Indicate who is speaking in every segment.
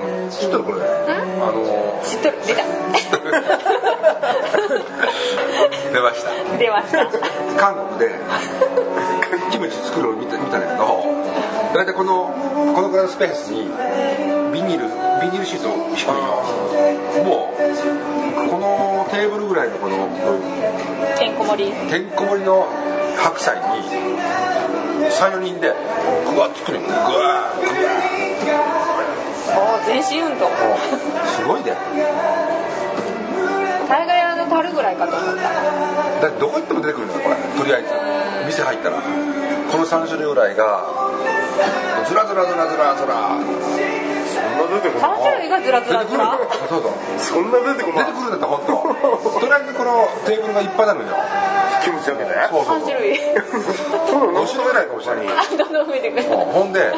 Speaker 1: 知ってるこれあの
Speaker 2: 知っとる出た
Speaker 3: 出ました
Speaker 2: 出ま した
Speaker 1: 韓国で キムチ作るのを見た見たんだけど大体このこのぐらいのスペースにビニールビニールシートを敷くのよもうこのテーブルぐらいのこの
Speaker 2: てんこ盛り
Speaker 1: てんこ盛りの白菜に34人でうわっ作るようわー
Speaker 2: おー全身運動
Speaker 1: もうすごいね
Speaker 2: 大概あの樽ぐらいかと思った
Speaker 1: だってどこ行っても出てくるんだよこれとりあえず店入ったらこの3種類ぐらいがずらずらずらずらずら
Speaker 4: そんな出てこ
Speaker 2: 3
Speaker 4: な
Speaker 2: 種類がずらず
Speaker 1: 出
Speaker 2: ら
Speaker 1: てく
Speaker 2: ず
Speaker 1: る
Speaker 2: ら
Speaker 1: そうそう
Speaker 4: いそんな出てこ
Speaker 1: 出
Speaker 4: な
Speaker 1: て
Speaker 4: い
Speaker 1: くるんだったら本当とりあえずこのテーブルがいっぱいなのよ
Speaker 4: キムチだけで
Speaker 1: そうそうそ
Speaker 2: 3
Speaker 1: う
Speaker 2: 種 類
Speaker 4: そうな
Speaker 1: ど
Speaker 4: の
Speaker 1: うしようもないかもしれない
Speaker 2: あどんどん増えてくる
Speaker 1: もうほんで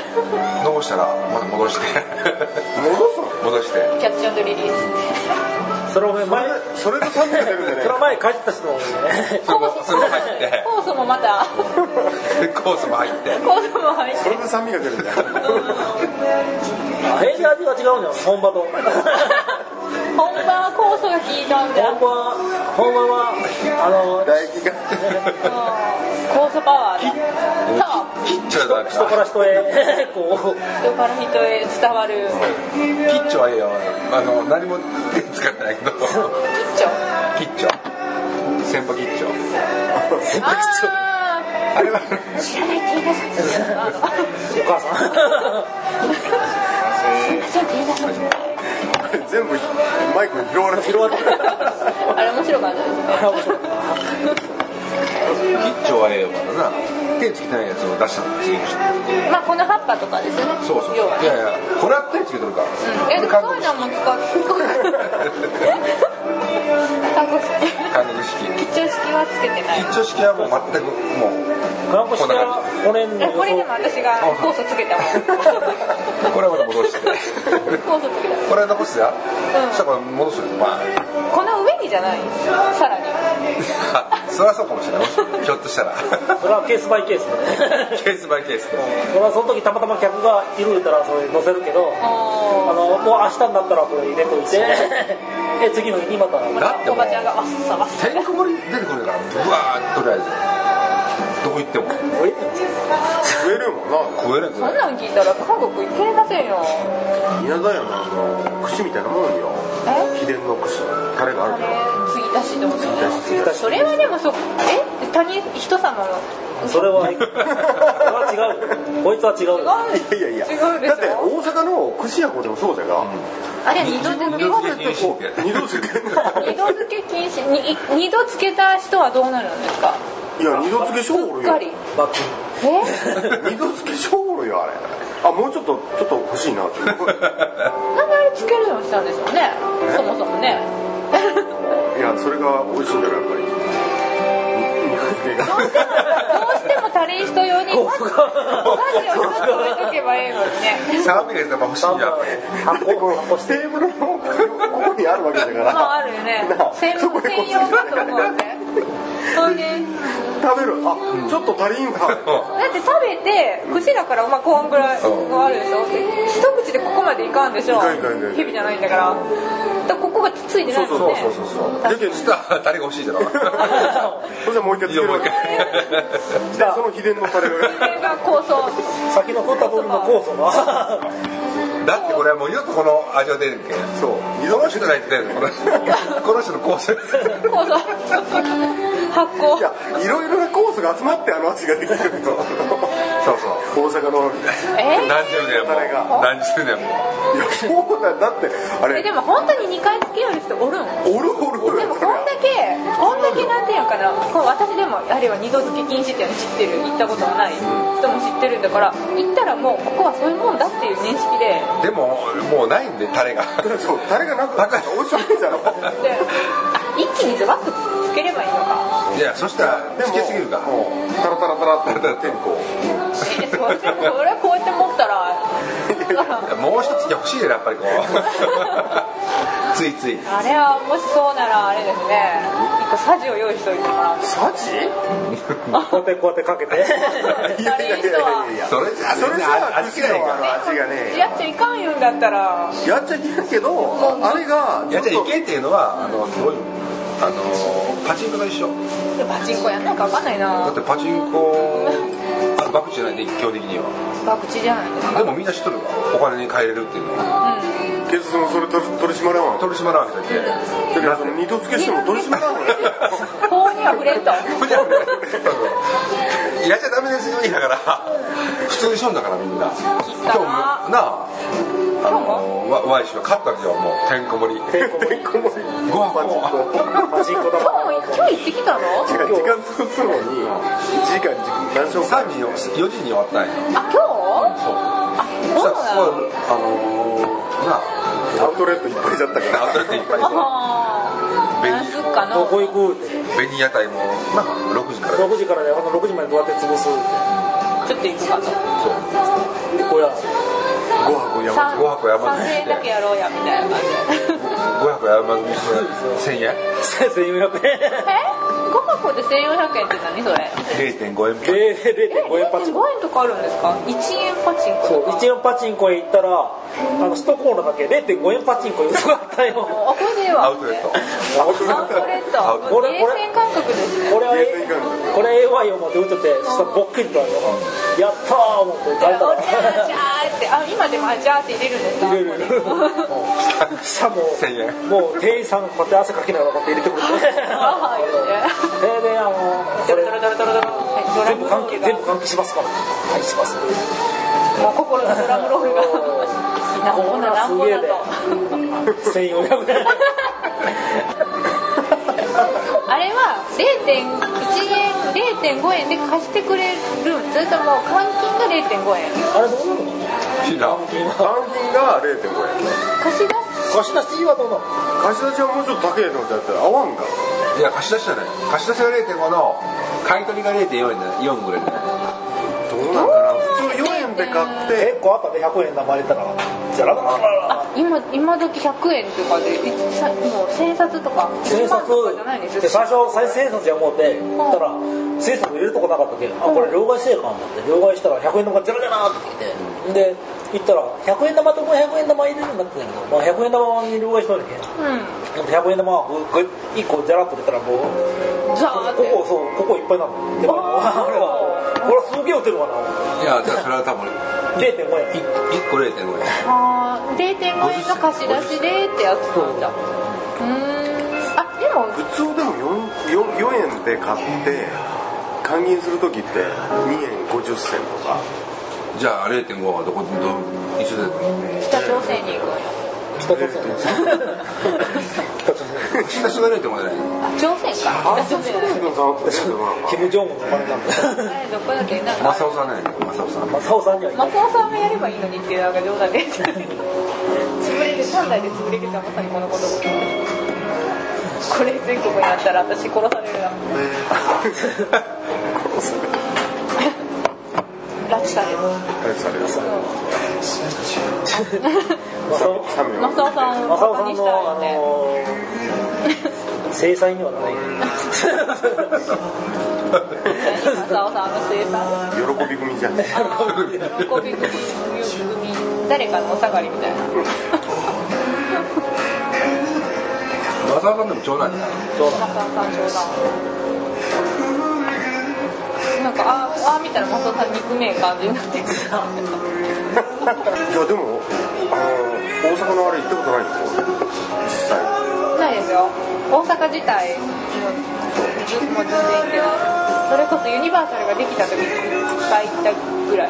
Speaker 1: 残したらまた戻して
Speaker 4: 戻すの
Speaker 1: 戻して
Speaker 2: キャッチアンドリリース
Speaker 5: それお前前
Speaker 4: それで3人が出るんじゃない
Speaker 5: その前帰ってた人もね
Speaker 1: それもそれも入って
Speaker 2: コースもまた
Speaker 1: でコースも入って
Speaker 2: コースも入っ
Speaker 4: そ
Speaker 2: て
Speaker 4: れで酸味が出るんだよ
Speaker 5: 全然味が違うんだよ本場と
Speaker 2: 本場は酵素が効いたんだ
Speaker 5: 本場は本場はあの
Speaker 4: 唾液が
Speaker 2: 酵素パワーださ
Speaker 1: キッチョだ
Speaker 5: 人から人へこ
Speaker 2: あ人から人へ伝わる
Speaker 1: キッチョはええよあの何も手使ってないけど
Speaker 2: キッチョ
Speaker 1: キッチョ先輩キッチョ
Speaker 2: あ
Speaker 1: あれは
Speaker 2: ー知らないティーダさん
Speaker 5: うお母さ
Speaker 2: そうティーダさん
Speaker 4: 全部マイクに拾われて
Speaker 5: ん拾われてる
Speaker 2: あれ面白かったですね
Speaker 5: あ面白い
Speaker 1: キッチョはええよまだな手つけてないやつを出したの次の人
Speaker 2: まあこの葉っぱとかですね
Speaker 1: そうそうい
Speaker 2: 要は
Speaker 1: やいやこれは手つけてるから
Speaker 2: うんえでもそういうのも使う韓国式
Speaker 1: 韓国式
Speaker 2: キッチョ式はつけてない
Speaker 1: 一丁式はもう全くも
Speaker 5: 韓国式は俺の
Speaker 2: えこれ
Speaker 5: 予
Speaker 2: で
Speaker 5: 想
Speaker 2: も私が酵素つけたもん
Speaker 1: うこれはまた戻 して
Speaker 2: 酵素つけた
Speaker 1: これは残すや、
Speaker 2: うん
Speaker 1: そしたらこれ戻すよま
Speaker 2: この上にじゃないさらに
Speaker 1: あそりゃそうかもしれないひょっとしたら
Speaker 5: それはケースバイケースだね
Speaker 1: ケースバイケースで
Speaker 5: それはその時たまたま客がいる言うたらそれ乗せるけどあ
Speaker 2: おー
Speaker 5: のもう明日になったらこれ入れといてで次の日にまた
Speaker 1: だって
Speaker 2: お
Speaker 1: もう
Speaker 2: ばちゃんがわっさわっさ
Speaker 1: てんこ盛り出てくるからうわーとりあえずどこ行っても
Speaker 5: おい
Speaker 4: 食えるもんな
Speaker 1: 食えるんです
Speaker 2: そん
Speaker 1: よ
Speaker 2: なん聞いたら韓国行けませんよ
Speaker 4: 稲田屋のあの串みたいなもんよ
Speaker 2: え
Speaker 4: 秘伝の串タレがあるじゃん
Speaker 2: 継ぎ足しでも継ぎ
Speaker 4: 足し継ぎ
Speaker 2: それはでもそうえ他人人様の
Speaker 5: それはそれは違うこいつは 違うよ
Speaker 2: 違う
Speaker 4: いやいやい
Speaker 2: 違うで
Speaker 4: や
Speaker 2: し
Speaker 4: だ
Speaker 2: ょ
Speaker 4: って大阪の串屋子でもそうじゃが、
Speaker 2: あれは二度
Speaker 1: 二
Speaker 2: 漬
Speaker 1: 度
Speaker 2: け
Speaker 1: 漬け禁止って
Speaker 4: 二度漬け
Speaker 2: 二度漬け禁止にい二度漬けた人はどうなるんですか
Speaker 4: いや二度漬けショー
Speaker 2: う
Speaker 4: ゴ
Speaker 2: っ
Speaker 4: ル
Speaker 2: か
Speaker 4: よ
Speaker 2: り
Speaker 5: 罰金
Speaker 2: え
Speaker 4: 二度漬けショーゴルよあれあもうちょっとちょっと欲しいなって
Speaker 2: なんであれつけるようにしたんでしょうねそもそも ね
Speaker 4: いやそれが美味しいんだよやっぱりに二度漬けが
Speaker 2: どうしてもどうしても他人人用に
Speaker 5: 高
Speaker 2: マ
Speaker 5: 速
Speaker 2: ジ
Speaker 5: が
Speaker 2: をちょっと置いとけばいいのにね
Speaker 1: サービスがやっぱ欲しい
Speaker 5: 多
Speaker 1: ん
Speaker 5: 分
Speaker 1: や
Speaker 5: 発
Speaker 4: でこ
Speaker 5: 行
Speaker 4: の
Speaker 5: 発行し
Speaker 4: テ
Speaker 5: て
Speaker 4: ーブルのここにあるわけだから、
Speaker 2: まああるよ ね
Speaker 4: なあ
Speaker 2: 専
Speaker 4: そこ
Speaker 2: 門
Speaker 4: でこっ
Speaker 2: 専
Speaker 4: ち
Speaker 2: 用だと思うねそれで
Speaker 4: 食べるあ、ちょっと足りんか
Speaker 2: だって食べて串だからまあこんぐらいはあるでしょ一口でここまでいかんでしょ
Speaker 4: いかんいかんいかん
Speaker 2: 日々じゃないんだからだからここがつついてないもん
Speaker 1: そう
Speaker 2: ね
Speaker 1: そうそうそう
Speaker 4: だけど
Speaker 1: そしたらタレが欲しいじゃない
Speaker 4: それじゃもう一回つけるわ
Speaker 1: い
Speaker 4: け
Speaker 1: や
Speaker 4: じゃあその秘伝のタレが
Speaker 2: これが構想
Speaker 5: 先の取った通りの酵素が
Speaker 1: だってこれはもうよくこの味が出るけん
Speaker 4: そう
Speaker 1: 二度の人が言ってんのこの人この人の構成
Speaker 2: 構想発
Speaker 4: い
Speaker 2: 酵
Speaker 4: やいろいろなコースが集まってあの味ができるけど
Speaker 1: そうそう
Speaker 4: 大阪の
Speaker 2: えー
Speaker 1: 何十年も
Speaker 4: 誰が
Speaker 1: 何十年も
Speaker 4: いやそうだだってあ
Speaker 2: え
Speaker 4: れ
Speaker 2: でも本当に2回つけよる人おるん
Speaker 4: おるおるおる
Speaker 2: でもこんだけこんだけなんていうんかなこう私でもあれは二度漬け禁止っていうの知ってる行ったこともない人も知ってるんだから行ったらもうここはそういうもんだっていう認識で
Speaker 1: でももうないんでタレが
Speaker 4: そうタレがなくなったらおいしくないじゃろ
Speaker 2: であ一気にズバッとつければいいのか
Speaker 1: いやそしたら
Speaker 4: でも
Speaker 1: つけすぎるか
Speaker 4: うんタラタラタラってなって天候
Speaker 2: えそれそれこうやって持ったら
Speaker 1: もう一つ欲しいよやっぱりこうついつい
Speaker 2: あれはもしそうならあれですね一個サジを用意しといてもらう
Speaker 4: サジ
Speaker 5: こうやってこうやってかけて
Speaker 4: いやいやいやいやいや
Speaker 1: それじゃあ
Speaker 4: それじゃあ
Speaker 1: 味がないか
Speaker 4: あ
Speaker 1: ら
Speaker 4: の味がね
Speaker 2: やっちゃいかん言うんだったら
Speaker 4: やっちゃいけないけどあれが
Speaker 1: いやじ
Speaker 4: ち
Speaker 1: ゃあ
Speaker 4: ょっ
Speaker 1: い
Speaker 4: と
Speaker 1: けっていうのはあのすごいあのパチンコと一緒
Speaker 2: パチンコやんないか分かんない
Speaker 1: だ
Speaker 2: な
Speaker 1: ってパチンコあバクチじゃないね基本的には
Speaker 2: 博打じゃないですか
Speaker 1: でもみんな知っとるわお金に換えれるっていうのは
Speaker 4: 警察もそれ取り取り締まらんわ
Speaker 1: 取り締まらん人いて
Speaker 4: だけどその二度付けしても取り締まらんわ
Speaker 2: 法には触れんと
Speaker 1: そうじゃないやっちゃダメですよだから普通にしょんだからみんな今日もなああのわワイ氏は勝ったわけよもうてんこ盛り
Speaker 4: てんこ盛り
Speaker 1: ご飯も
Speaker 5: パチンコ玉
Speaker 2: 今日も今日行ってきたの
Speaker 4: 時間時間潰すのに1時間何時間
Speaker 1: 3時の4時に終わったんよ
Speaker 2: あ今
Speaker 1: そう
Speaker 2: 日そう
Speaker 1: あ
Speaker 2: なの
Speaker 1: のなあ
Speaker 4: アウトレットいっぱいいちゃったから
Speaker 1: アウトレットいっぱい
Speaker 2: ああ
Speaker 1: 紅
Speaker 2: 安っかな
Speaker 5: どこ行くって
Speaker 1: 紅屋台もなあ6時から
Speaker 5: 6時からでほんの6時までどうやって潰すっ
Speaker 2: ちょっと行くかと
Speaker 5: てでこうや
Speaker 4: 5泊山
Speaker 2: 三
Speaker 1: 五泊山積みして
Speaker 2: 三千円だけやろうやみたいな感じ
Speaker 1: 500円余りして1000円
Speaker 5: 1400円
Speaker 2: え五箱で千四百円って何それ
Speaker 1: 0.5円分
Speaker 5: で0.5円パチンコ
Speaker 2: 0.5円とかあるんですか一円パチンコ
Speaker 5: そ
Speaker 2: と
Speaker 5: う
Speaker 2: か
Speaker 5: 1円パチンコへ行ったらあのストコーナだけ0.5円パチンコよかったよ
Speaker 2: あこれでいいわ
Speaker 1: アウトレット
Speaker 2: アウトレッ
Speaker 1: アウ
Speaker 2: ト
Speaker 5: トレット
Speaker 2: 冷戦感覚ですね
Speaker 5: これは
Speaker 4: ゲーセン行かんの
Speaker 5: これ AY を持って打っちゃってそしたらボックリとあるよやったー思って帰っ
Speaker 2: お茶
Speaker 5: たか
Speaker 2: じゃーってあ今でもあじゃーって入れるんですから
Speaker 5: 入れる
Speaker 2: ここに
Speaker 5: さも
Speaker 1: 1000円
Speaker 5: うもう店員さんがこうやって汗かきながらこうやって入れてく る
Speaker 2: ああ言うね
Speaker 5: それであの
Speaker 2: ド
Speaker 5: こ
Speaker 2: ロ
Speaker 5: れ
Speaker 2: ドロドロドロドロはいドラ
Speaker 5: 全
Speaker 2: ム
Speaker 5: 部
Speaker 2: ロ
Speaker 5: 換
Speaker 2: ー
Speaker 5: 気
Speaker 2: ルが
Speaker 5: 全部換気しますからはいします
Speaker 2: もう心のドラムロールがなんぼだなんぼだと
Speaker 5: 1400円
Speaker 2: あれは0.1円0.5円で貸してくれるそれとも換金が0.5円
Speaker 5: あれどうなの
Speaker 1: 知らん
Speaker 4: 換金が0.5円
Speaker 2: 貸し出す
Speaker 5: 貸し出しいいわどうなの
Speaker 4: 貸し出しはもうちょっと高いのだったら合わんが
Speaker 1: いや貸し出しじゃない貸し出しが0.5の買い取りが0.4円だね4ぐらいだね
Speaker 4: どうなんかな普通4円で買って
Speaker 5: 結構あったで100円生れたらザラザラザラ
Speaker 2: 今今時100円とかでいつさもう千冊とか
Speaker 5: 千
Speaker 2: 一万
Speaker 5: 冊
Speaker 2: とかじゃないんですよ
Speaker 5: で最初最千冊やもうて言ったら千冊入れるとこなかったけんあこれ両替せえかん思って両替したら100円玉ジャラジャラってきてで行ったら100円玉とこ100円玉入れるんだってんやけど、まあ、100円玉に両替しとるけん
Speaker 2: う
Speaker 5: でも100円玉は1個ジャラっと入れたらもうん
Speaker 2: ザーっ
Speaker 5: こ
Speaker 2: て
Speaker 5: こそうここいっぱいなので あれはこれはすげえ打てるわない
Speaker 1: やじゃあそれは多分
Speaker 5: 0.5円
Speaker 1: 1, 1個0.5円
Speaker 2: あー0.5円の貸し出しでってやつなんだうーんあでも
Speaker 4: 普通でも 4, 4円で買って換金する時って2円50銭とか
Speaker 1: じゃあ0.5はどこどど一緒だよ
Speaker 2: 北朝鮮に行くわよ
Speaker 5: 北朝鮮北朝鮮
Speaker 1: 貸し出しが0.5じゃない
Speaker 2: あ朝鮮か北朝鮮じゃない
Speaker 4: のさ
Speaker 5: キム・ジョンウンの真似なんだ
Speaker 2: あれどこだっけなんか
Speaker 1: 正雄さんね正雄さん
Speaker 5: マサオさんにはいい
Speaker 2: 松尾さんがやればいいのにっていうなんか冗談で潰れて3代で潰れてたまさにこのことこれ全国にあったら私殺されるな拉致される
Speaker 4: される
Speaker 5: マサオ
Speaker 4: サメ
Speaker 2: マサオさん
Speaker 5: マサオ
Speaker 2: バ
Speaker 5: さ
Speaker 2: カ
Speaker 5: ん
Speaker 2: にしたら
Speaker 5: のあ
Speaker 2: ね
Speaker 5: のー制裁にはならない
Speaker 2: 何マサオさんの生産
Speaker 4: 喜び組じゃん
Speaker 2: 喜び組組誰かのお下がりみたいな
Speaker 1: 正雄さんでも長男じゃない
Speaker 5: そう
Speaker 2: マ
Speaker 5: だ
Speaker 2: サオさん冗談なんかあーあー見たらマサオさん憎めえ感じになってくるない
Speaker 4: やでもあの大阪のあれ行ったことないんですよ実際
Speaker 2: ないですよ大阪自体もう全然行ってないそれこそユニバーサルができた時に1回行ったぐらい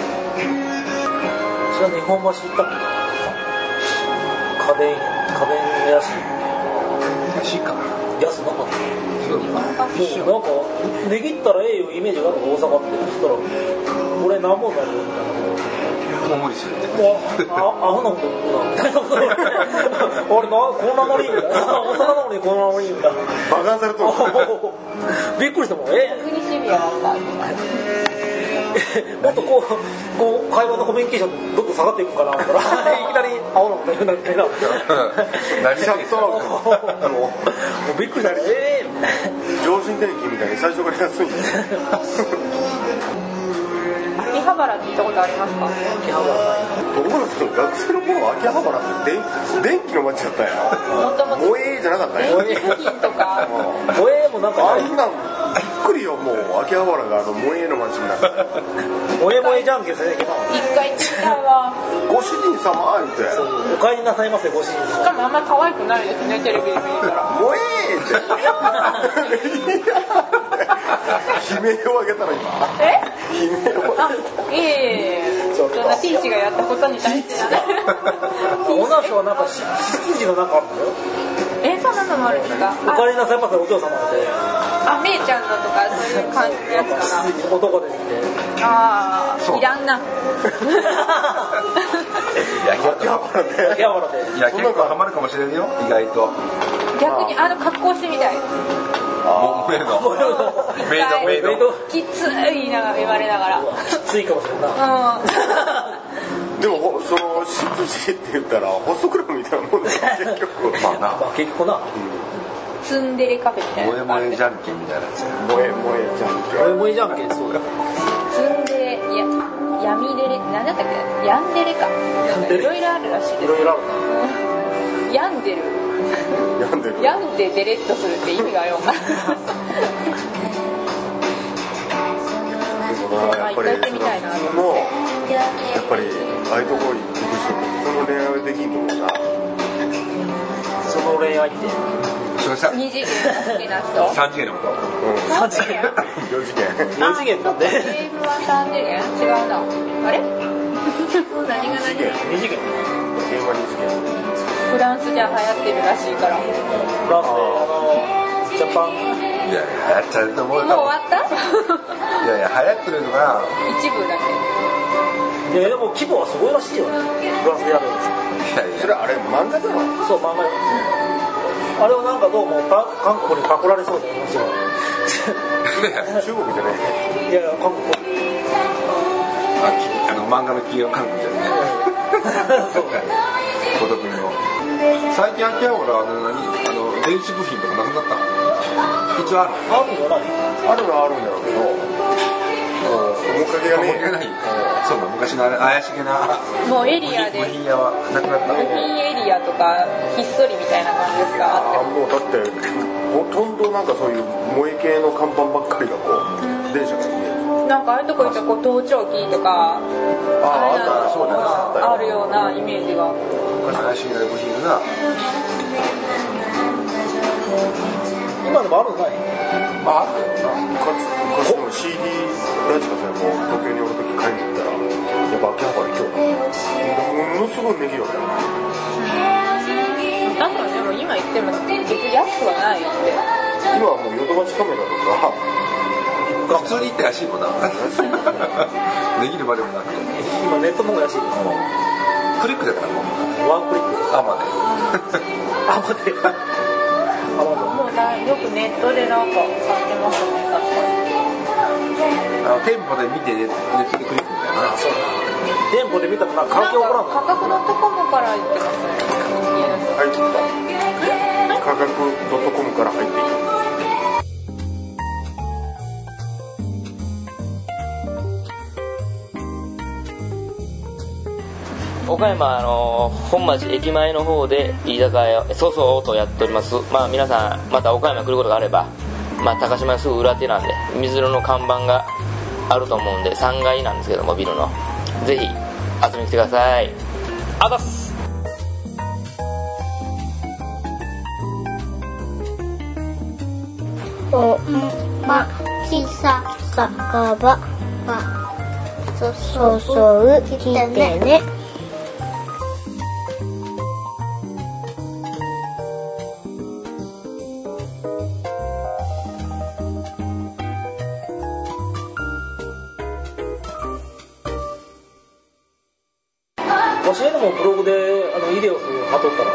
Speaker 5: それは日本橋行ったけど家電家電屋し
Speaker 1: 足か
Speaker 5: 安なかった
Speaker 1: そうか
Speaker 5: もうなんか値切ったらええいうイメージがある大阪ってそしたら俺何本なるよみたいな
Speaker 1: もう無理する
Speaker 5: もうあ、あ、アホなこと言うな。俺な、こんなノリみたいな。幼なのにこんなノリみたいな。
Speaker 4: バカにされとる
Speaker 5: びっくりしたもん。え
Speaker 2: 逆にシビアだった
Speaker 5: もっとこうこう会話のコミュニケーションどんどん下がっていくかなと思った らいきなり青のこと言うなみたいなも
Speaker 1: 何
Speaker 4: シャットアウト
Speaker 5: うびっくりしたえ
Speaker 4: 上心転機みたいに最初から安いんですよ
Speaker 2: 秋葉原に行ったことありますか
Speaker 5: ー秋葉原
Speaker 4: 僕らその学生の頃秋葉原って電電気の街だったんや
Speaker 2: もともと
Speaker 4: 萌えじゃなかったんや
Speaker 2: 電気製品とか
Speaker 5: 萌えもなんか
Speaker 4: あ
Speaker 5: ない
Speaker 4: んなんびっくりよもう秋葉原があの萌えの街になって
Speaker 5: 萌え萌えじゃんけんされて
Speaker 2: 一回行ったわ
Speaker 4: ご主人様言うて
Speaker 5: そうお帰りなさいませご主人
Speaker 2: しか
Speaker 5: 様
Speaker 2: もあんまり可愛くないですねテレビで見たら
Speaker 4: 萌えって悲鳴を上げたら今
Speaker 2: え
Speaker 4: 悲鳴を
Speaker 2: あいえいえそんなピーチがやったことに対して だね
Speaker 5: 女の人はなんかし執事のなんかあるんだよ
Speaker 2: えそんなのもあるんですか
Speaker 5: お帰りなさいませお嬢様で
Speaker 2: ああめいちゃんのとかそういう感じのやつかな
Speaker 5: 執事の男で見て
Speaker 2: あ
Speaker 1: そ
Speaker 2: あ
Speaker 1: う
Speaker 2: いら んな
Speaker 4: 秋葉原で
Speaker 5: 秋葉原で
Speaker 1: いや結構ハマるかもしれんよ意外と
Speaker 2: 逆にあの格好してみたい
Speaker 1: もうのメイドメイ
Speaker 5: メイド
Speaker 1: ド
Speaker 2: きついな言われながらうん
Speaker 5: きついかもしれんな
Speaker 4: でもほその執事って言ったらホストクラブみたいなもんだよ結局
Speaker 1: まあな
Speaker 5: まあ結局な
Speaker 2: ツンデレカフェみたい
Speaker 1: 萌え
Speaker 2: なのがあっ
Speaker 1: 萌え
Speaker 2: て
Speaker 1: じゃんけんみたいなやつや
Speaker 4: 萌え萌えじゃんけ
Speaker 5: 萌え萌えじゃんけんそうだ
Speaker 2: ツンデレいや闇デレなんだったっけヤンデレか
Speaker 5: ンデ
Speaker 2: い
Speaker 5: レ
Speaker 2: ろいろあるらしい
Speaker 5: い
Speaker 2: で
Speaker 5: ろいろある
Speaker 2: すヤンデル
Speaker 4: ん病んでる
Speaker 2: ヤンでデレッとするって意味がような
Speaker 4: でもなやっぱ
Speaker 2: 一回行っ
Speaker 4: り
Speaker 2: てみたいな
Speaker 4: 普通のやっぱりああいうとこ行く人って普通の恋愛はできんと思うな
Speaker 5: なその恋愛って
Speaker 1: それさ
Speaker 2: 二次元好きな人
Speaker 1: 3次元のこと
Speaker 5: 3次元
Speaker 4: 4次元
Speaker 5: 4次元なんで
Speaker 2: ゲームは三次元違うなあれ何が何
Speaker 4: 次元
Speaker 5: 2次元
Speaker 4: 電話2次元
Speaker 2: フランスじゃ流行ってるらしいからもう
Speaker 5: フランスであのジャパン
Speaker 1: いや流行っちゃうと思うよ
Speaker 2: 終わった
Speaker 1: いやいや流行ってるのが
Speaker 2: 一部だけ
Speaker 5: いやでも規模はすごいらしいよねフランスでやるんです
Speaker 1: いやい
Speaker 4: そ
Speaker 1: や
Speaker 4: れあれ漫画じゃない
Speaker 5: そう漫画あれはなんかどうもパ韓国にパクられそうだよ面白
Speaker 4: 中国じゃない
Speaker 5: いいやいや韓国
Speaker 1: あきあの漫画の企業韓 国じゃね
Speaker 5: そう
Speaker 1: 孤独の最近秋葉原あの何あの電子部品とかなくなった一応ある
Speaker 5: あるんじゃない
Speaker 4: あるのはあるんだろうけどもう面影がね
Speaker 1: 関係ないそうだ昔のあれ怪しげな
Speaker 2: もう
Speaker 1: 部
Speaker 2: エリア
Speaker 1: 品
Speaker 2: で
Speaker 1: 部品屋はなくなった
Speaker 2: 部品エリアとかひっそりみたいな感じですかあ
Speaker 4: ああもうだってほとんどなんかそういう萌え系の看板ばっかりがこう電車が見える
Speaker 2: ってなんかああいうとこ行ったらこう盗聴器とかあれな
Speaker 4: ああったそうだねあったよ
Speaker 2: あるようなイメージが
Speaker 1: 昔の怪しげな部品が
Speaker 5: 今でもあるんじゃない
Speaker 1: まああったよな
Speaker 4: 昔昔でも CD ラジカセも東京におる時買いに行ったらやっぱ秋葉原今日だものすごいネギよね
Speaker 2: だからでも今言っても別に安くはないよって
Speaker 4: 今はもうヨドバシカメラと
Speaker 1: 普
Speaker 4: か
Speaker 1: 通に行って怪しい もんなできるまでもなく
Speaker 5: 今ネットの方が安いよ
Speaker 1: クリックだからもう
Speaker 5: ワンクリック
Speaker 1: アマで
Speaker 5: あ待ってあ待
Speaker 2: もうなよくネットでなんか買ってますね確かに
Speaker 1: あの店舗で見てネネットでクリックみたいな
Speaker 5: ってそうだ店舗で見たら
Speaker 2: な
Speaker 5: な環境起こらん
Speaker 2: ん
Speaker 5: の
Speaker 2: か価格のとこもから言ってますね家の
Speaker 4: 入ってきた価格 .com から入ってきた
Speaker 6: 岡山あの本町駅前の方で飯酒屋そうそうとやっておりますまあ皆さんまた岡山来ることがあればまあ高島屋すぐ裏手なんで水色の看板があると思うんで3階なんですけどもビルのぜひ遊びに来てくださいあざっす
Speaker 7: おまきささかばまそそう聞いてね
Speaker 5: わしでもブログであのイデオス貼っとったら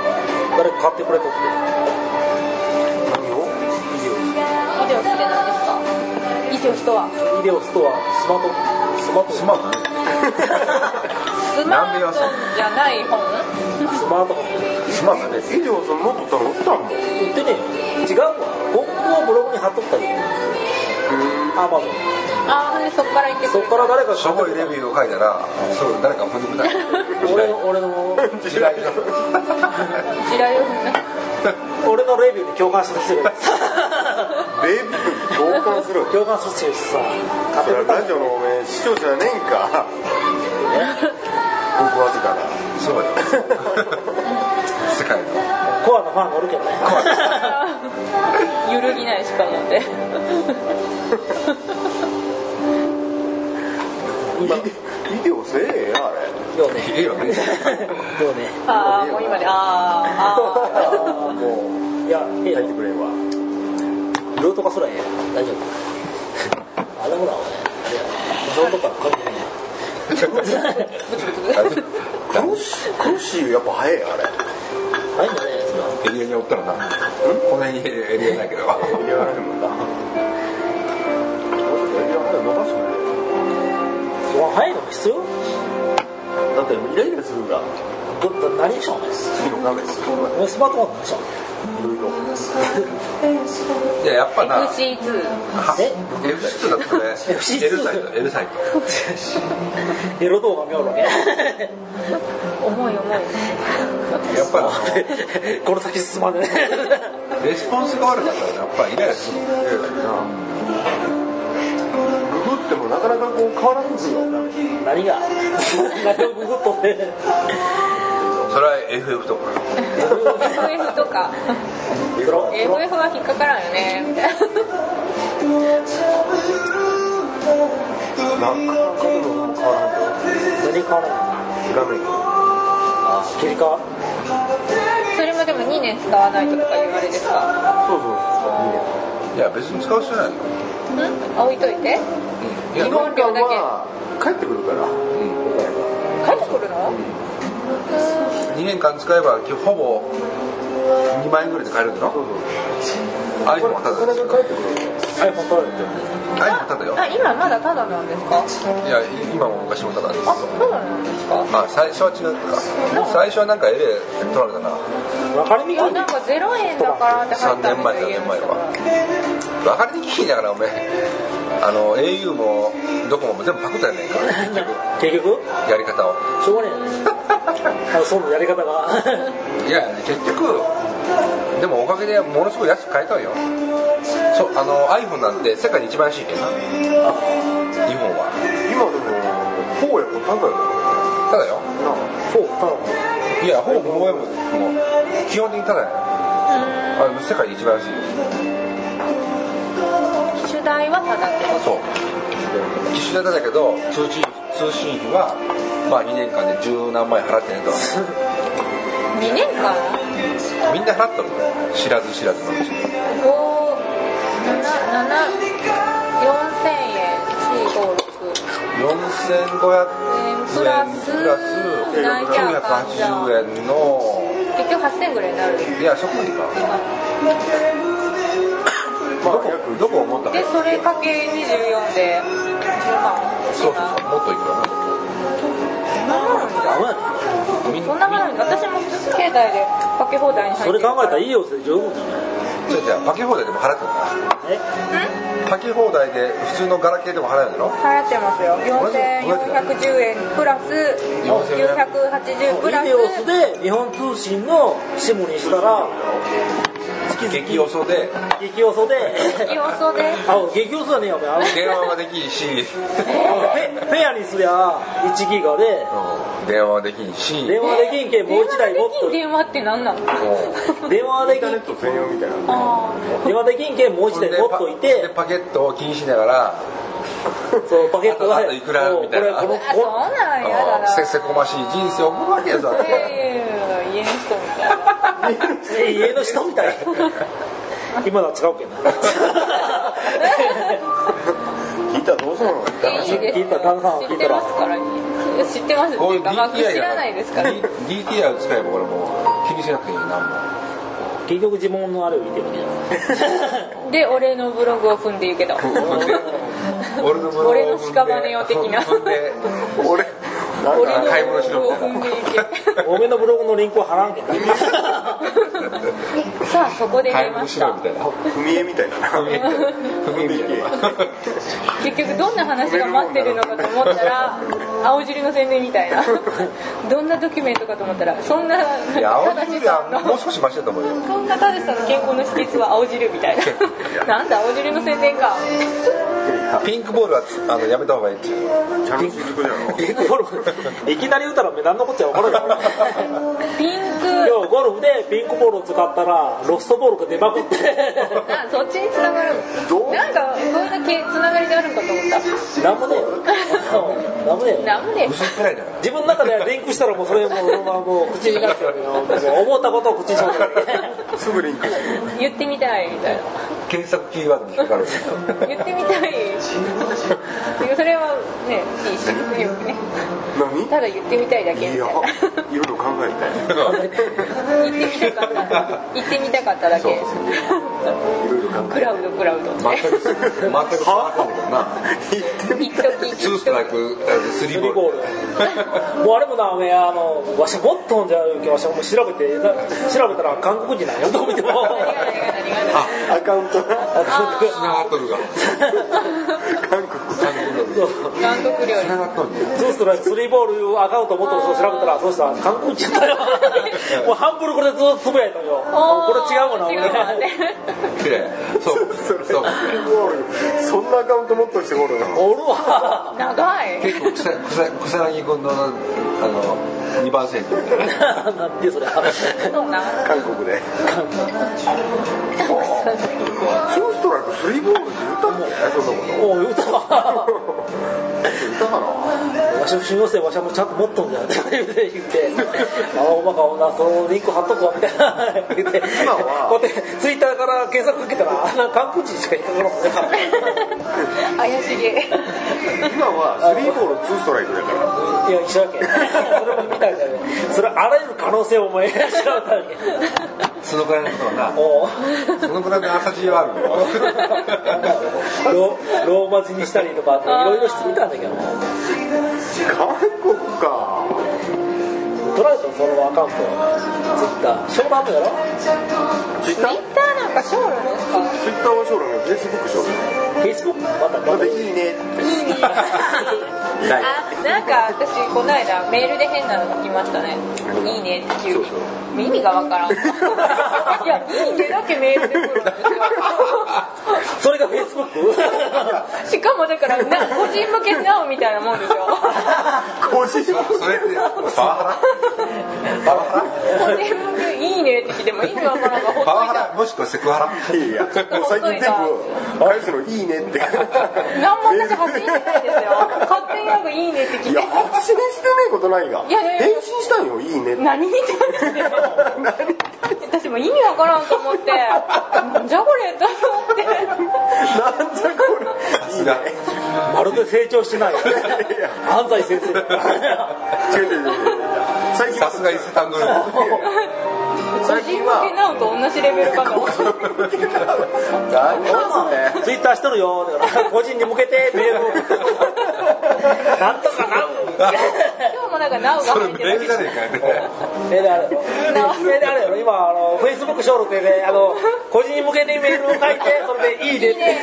Speaker 5: 誰か買ってくれとって
Speaker 4: 何を
Speaker 2: イデオスで何ですかイデオスとは
Speaker 5: イデオスとはスマートススマ
Speaker 1: スマ
Speaker 5: ート
Speaker 1: ートね
Speaker 2: スマートじゃない本
Speaker 5: スマートフォ
Speaker 1: スマートね
Speaker 4: 以上そのノートったの売ったもん
Speaker 5: ン売ってねえよ違うわ広告をブログに貼っとったよアマゾン
Speaker 2: ああそっから行って
Speaker 5: そ
Speaker 2: くる
Speaker 5: っから誰か
Speaker 1: すごいレビューを書いたらそう誰か踏んでくれた
Speaker 5: 俺の俺の
Speaker 1: 時代の
Speaker 2: 地雷を踏んだ
Speaker 5: 俺のレビューに共感してする
Speaker 4: レビューに共感する
Speaker 5: 共感してるしさ
Speaker 4: それはラジオのおめえ視聴者ねえんか僕わずかな
Speaker 1: そう よ世界の
Speaker 5: コアのファンがおるけどね
Speaker 2: 揺るぎないしかもって
Speaker 4: ビデオせえやあれ
Speaker 5: よね
Speaker 1: いいよね
Speaker 5: よね
Speaker 2: ああもう今でああああ
Speaker 4: も
Speaker 5: いやええ
Speaker 4: う
Speaker 5: よ
Speaker 4: 入ってくれんわ
Speaker 5: ルート化すらええよ大丈夫あれもだ俺あれやそのとこから関係ない
Speaker 4: クロシクロシーやっぱ早いよあれ
Speaker 5: ないんだねそれは
Speaker 1: エリアにおったらなこの辺にエリアないけど
Speaker 4: やらないもんだ伸ばすんだよ
Speaker 5: もう早いのも必要
Speaker 4: だってイライラするんだ
Speaker 5: どど何でしょうね
Speaker 4: 次の何だよ
Speaker 5: 俺スマートフォンのでしょ
Speaker 4: いろいろ
Speaker 1: いややっぱな
Speaker 2: FC2
Speaker 5: え
Speaker 1: F2 だったね
Speaker 5: FC2
Speaker 1: L サイト L サイト
Speaker 5: エロ動画見よるわけ
Speaker 2: 重い重い
Speaker 1: やっぱ
Speaker 5: この先進まんね
Speaker 1: りレスポンスが悪かったらやっぱイライラする
Speaker 4: イライラするなググってもなかなかこう変わらんすよ
Speaker 5: 何が何をググっとって
Speaker 1: それは FF とか
Speaker 2: FF とか FF は引っかからんよねみたいな
Speaker 5: 何変わらない
Speaker 4: なかなかでももう変わらんけど画面
Speaker 5: 切り替わ
Speaker 2: それもでも2年使わないととか言われですか
Speaker 4: そうそうそう
Speaker 1: いや別に使う必要ないの
Speaker 2: ん置いといて
Speaker 1: いや
Speaker 2: 基本料だけ
Speaker 4: まあ帰ってくるから
Speaker 2: 帰ってくるの
Speaker 1: 2年間使えばほぼ2万円ぐらいで買えるんだ
Speaker 4: そ
Speaker 1: ろ
Speaker 4: うそう
Speaker 1: iPhone は
Speaker 4: な
Speaker 1: た
Speaker 4: か
Speaker 1: だ
Speaker 4: な
Speaker 1: です
Speaker 4: か帰ってくるから
Speaker 5: るはい本当ある
Speaker 1: iPhone はただよ
Speaker 2: あ今まだタダなんですか
Speaker 1: いや今も昔もただです
Speaker 2: あそうなんですか
Speaker 1: あ最初は違ったか最初はなんか LA 取られたな
Speaker 5: 分かりみ
Speaker 2: い
Speaker 5: があ
Speaker 2: や
Speaker 5: る
Speaker 2: なんか0円だからって入ったんですよ
Speaker 1: 3年前分かりにくいだからおめえあの au もドコモも全部パクったやねんか結局
Speaker 5: 結局
Speaker 1: やり方を
Speaker 5: しょうがねえよねそのやり方が
Speaker 1: いや結局でもおかげでものすごい安く買えたんよそうあの iPhone なんて世界で一番安いけんな日本は
Speaker 4: 今でもこうやもただだよ
Speaker 1: ただよ
Speaker 5: そうただ
Speaker 1: いやほぼ無料も基本的にただやあの世界で一番安いよ
Speaker 2: 主題はタダってこ
Speaker 1: そう機種代だけど通信通信費はまあ2年間で十何万円払ってねと
Speaker 2: と2年間
Speaker 1: みんな払っとるの知らず知らずのうちに4500円プラス
Speaker 2: 574000円プラスなんやかんや
Speaker 1: 980円の
Speaker 2: 456結局8000円ぐらいになる
Speaker 1: いやそこまでか
Speaker 4: まあ
Speaker 1: どこ
Speaker 4: 約
Speaker 1: どこを持ったか
Speaker 2: でそれかけ24で10万
Speaker 1: そうそうそうもっといくわ
Speaker 5: ダメだね
Speaker 1: みん
Speaker 2: そんなものに私も普通携帯でかけ放題に入
Speaker 5: そ
Speaker 2: っ
Speaker 5: れ
Speaker 2: てる
Speaker 5: 考えたらい
Speaker 2: い
Speaker 5: いよって十分だね
Speaker 1: そうじゃパケ放題でも払ってんだ
Speaker 5: え
Speaker 1: パケ放題で普通のガラケーでも払えるんだろ
Speaker 2: 払ってますよ4410円プラス980プラ
Speaker 5: イデオス
Speaker 2: ス
Speaker 5: で日本通信のシムにしたら月々
Speaker 1: 激遅で
Speaker 5: 激遅で
Speaker 2: 要素で
Speaker 5: あ激遅だねやべあの
Speaker 1: 電話はできんし
Speaker 5: フェフェアにすりゃ1ギガで
Speaker 1: 電話はできんし
Speaker 5: 電話できんけんもう1台持っとる
Speaker 2: 電話できん電話って何なの
Speaker 1: もう
Speaker 5: 電話でき
Speaker 4: インターネット専用みたいな
Speaker 2: あ
Speaker 4: の
Speaker 5: ん電話できんけんもう1台持っとい
Speaker 1: で
Speaker 5: て
Speaker 1: パケットを気にしながら
Speaker 5: そうパケットが
Speaker 1: あとあといくらみたいな
Speaker 5: これ
Speaker 2: ーあ
Speaker 5: こ
Speaker 2: そう
Speaker 5: のこ
Speaker 2: なんやだな
Speaker 1: せせこましい人生を送るわけですよ
Speaker 2: いやいやいや家の人みたいな
Speaker 5: え家の人みたい今のは違うけ んな
Speaker 4: 聞いたらどうするの
Speaker 2: いいです
Speaker 5: 聞いた旦那さんは
Speaker 2: 知
Speaker 5: 聞い
Speaker 2: ったて
Speaker 5: ら
Speaker 2: ますから知ってますって
Speaker 1: こう
Speaker 2: い
Speaker 1: いうう
Speaker 2: かまあ知
Speaker 1: DTI
Speaker 2: らないですから
Speaker 1: D- DTI を使えば俺もう気にしなくていいなんも
Speaker 5: 結局自問のあれを言ってるわけじゃない
Speaker 2: で俺のブログを踏んでいくけど
Speaker 1: 踏んで俺のもの
Speaker 2: 俺の屍よ的な
Speaker 1: 踏んで
Speaker 4: 俺なん
Speaker 2: 俺
Speaker 4: か
Speaker 1: 買い物し
Speaker 2: の
Speaker 1: ろ
Speaker 2: を
Speaker 1: みた
Speaker 2: 踏
Speaker 1: い
Speaker 2: んでい
Speaker 5: 多めのブログのリンクは貼らんけ ど
Speaker 2: けさあそこで
Speaker 1: 買
Speaker 2: 出
Speaker 1: い
Speaker 2: ま
Speaker 1: 物
Speaker 2: し
Speaker 1: しろ
Speaker 2: た
Speaker 1: みたいな
Speaker 4: 踏み絵みたいだな
Speaker 1: 踏んでいけ
Speaker 2: 結局どんな話が待ってるのかと思ったら青汁の宣伝みたいなどんなドキュメントかと思ったらそんない
Speaker 1: や青汁
Speaker 2: さん
Speaker 1: はも
Speaker 2: の
Speaker 1: う少しマシだと思うよ
Speaker 2: そんな田地さんの健康の秘訣は青汁みたいななんだ青汁の宣伝か
Speaker 1: ピンクボールはつあのやめた方がいいっていう
Speaker 4: ちゃんと気づくじゃろ
Speaker 5: ピンクゴルフいきなり打ったら何のこっちゃ分からない
Speaker 2: ピンク
Speaker 5: 今日ゴルフでピンクボールを使ったらロストボールが出まく って
Speaker 2: あそっちに繋がる
Speaker 4: どう
Speaker 2: なんかこんなけ繋がりがあるんかと思った
Speaker 5: なんもねえよそうなんもねえよ
Speaker 2: なんもね
Speaker 1: 嘘つけないだから
Speaker 5: 自分の中でリンクしたらもうそれもうそのままもう口に出してるけど 思ったことを口にしよう
Speaker 4: すぐリンクして
Speaker 2: 言ってみたいみたいな
Speaker 1: 検索キーワードに引っかかるんですよ
Speaker 2: 言ってみたいそれはねいいしよくね
Speaker 4: 何
Speaker 2: ただ言ってみたいだけ
Speaker 4: い
Speaker 2: み
Speaker 4: や
Speaker 2: たいな
Speaker 4: 色々考えて
Speaker 2: 行ってみたかった行ってみたかっただけ
Speaker 4: いろいろ考
Speaker 2: クラウドクラウドっ
Speaker 1: 全
Speaker 2: て
Speaker 1: く全く伝わらんけどな
Speaker 2: 一時
Speaker 1: ツーストライクあスリ
Speaker 5: ス
Speaker 1: ー
Speaker 5: リー
Speaker 1: ボ
Speaker 5: ボ
Speaker 1: ー
Speaker 5: ー
Speaker 1: ル
Speaker 5: ルもうあれもなめあのわしもっと飲んじゃうけどわしもう調べてな調べたら韓国人なんよどう見ても
Speaker 2: 何が何が何が何が
Speaker 4: えアカウントな
Speaker 1: つながっとるが
Speaker 4: 韓国
Speaker 2: 韓国料
Speaker 1: つながっとるんだよ
Speaker 5: そうするとスリーボールアカウント持ってる人を調べたらそうしたら韓国人 だよもうハンブルこれずっとつぶやいたのよこれ違うもんな
Speaker 2: 違
Speaker 5: 俺
Speaker 2: うもんね
Speaker 1: 綺麗そうそう
Speaker 4: ゴールそんなアカウント持っとしてゴールなの
Speaker 5: おるわ
Speaker 2: 長い
Speaker 1: 結構草草草薙君のあの二番線みたいな
Speaker 5: なんでそれ
Speaker 2: そうな
Speaker 4: 韓国でツーストライクスリーボールって言ったもんねそんなこと
Speaker 5: おう歌わ
Speaker 4: 言ったかな
Speaker 5: わしも信用してわしもちゃんと持っとんじゃんって言ってあおまかおなそのリンク貼っとくわみたいな言って
Speaker 4: 今は
Speaker 5: こうやってツイッターから検索かけたらあんな韓国人しか引っかからんもんね
Speaker 2: 怪しげ
Speaker 4: 今はスリーボールツーストライクだから
Speaker 5: いや一緒やけんそれも見たんだよねそれあらゆる可能性をお前調べたんや
Speaker 1: そのくらいのことは
Speaker 5: おう
Speaker 1: なそのくらいの朝知恵はあるの
Speaker 5: ロローマ字にしたりとかいろいろしてみたんだけど
Speaker 4: 韓国か
Speaker 5: 取られたのそのアカウントツイッターショーランドやろ
Speaker 4: ツイッ
Speaker 2: ツイ
Speaker 4: ター
Speaker 2: ッターなんかショールですか
Speaker 4: ツイッターは将来のフェイスブック将来
Speaker 5: フェイスブックまた
Speaker 4: だ
Speaker 5: ま
Speaker 4: ったていいねって
Speaker 2: いいね
Speaker 1: ない
Speaker 2: あなんか私この間メールで変なの書きましたね「いいね」って急に
Speaker 4: そう
Speaker 2: 意味がわからんいや「いいね」だけメールで来るんですよ
Speaker 5: それがフェイスブック
Speaker 2: しかもだからな個人向けなおみたいなもんですよ
Speaker 4: 個人情報
Speaker 1: それってパワハ
Speaker 2: 個人向け「いいね」って来ても意味わからんが
Speaker 1: ラ
Speaker 2: ほっ
Speaker 1: パ
Speaker 2: と
Speaker 1: ワ
Speaker 2: いた
Speaker 1: ハラもしくはセクハラ
Speaker 4: いやいやもう最近全部返すのいい ねってい
Speaker 2: 何も私発信してないですよ勝手になんか「いいね」って来
Speaker 4: や
Speaker 2: て
Speaker 4: 発信してないことないが
Speaker 2: いやいやいや
Speaker 4: 返信したんよいい ねって
Speaker 2: 何見てるんですか私も意味わからんと思ってなんじゃこれと思って
Speaker 4: なんじゃこれいいね
Speaker 5: まるで成長してない 安西先生
Speaker 4: 違う違う違う最近
Speaker 1: さすが伊勢丹グループ
Speaker 2: 個人向けなおと同じレベルかと思って
Speaker 4: 何をね
Speaker 5: ツイッターしとるよだから個人に向けて メールをなんとかなう
Speaker 2: 今日もなんか「なお」が
Speaker 1: それ
Speaker 2: 入って
Speaker 1: メールじ
Speaker 2: た
Speaker 1: ゃねえかよね
Speaker 5: メールあるメールあるよ今あのフェイスブックショールでねあの個人に向けてメールを書い てそれでいいねって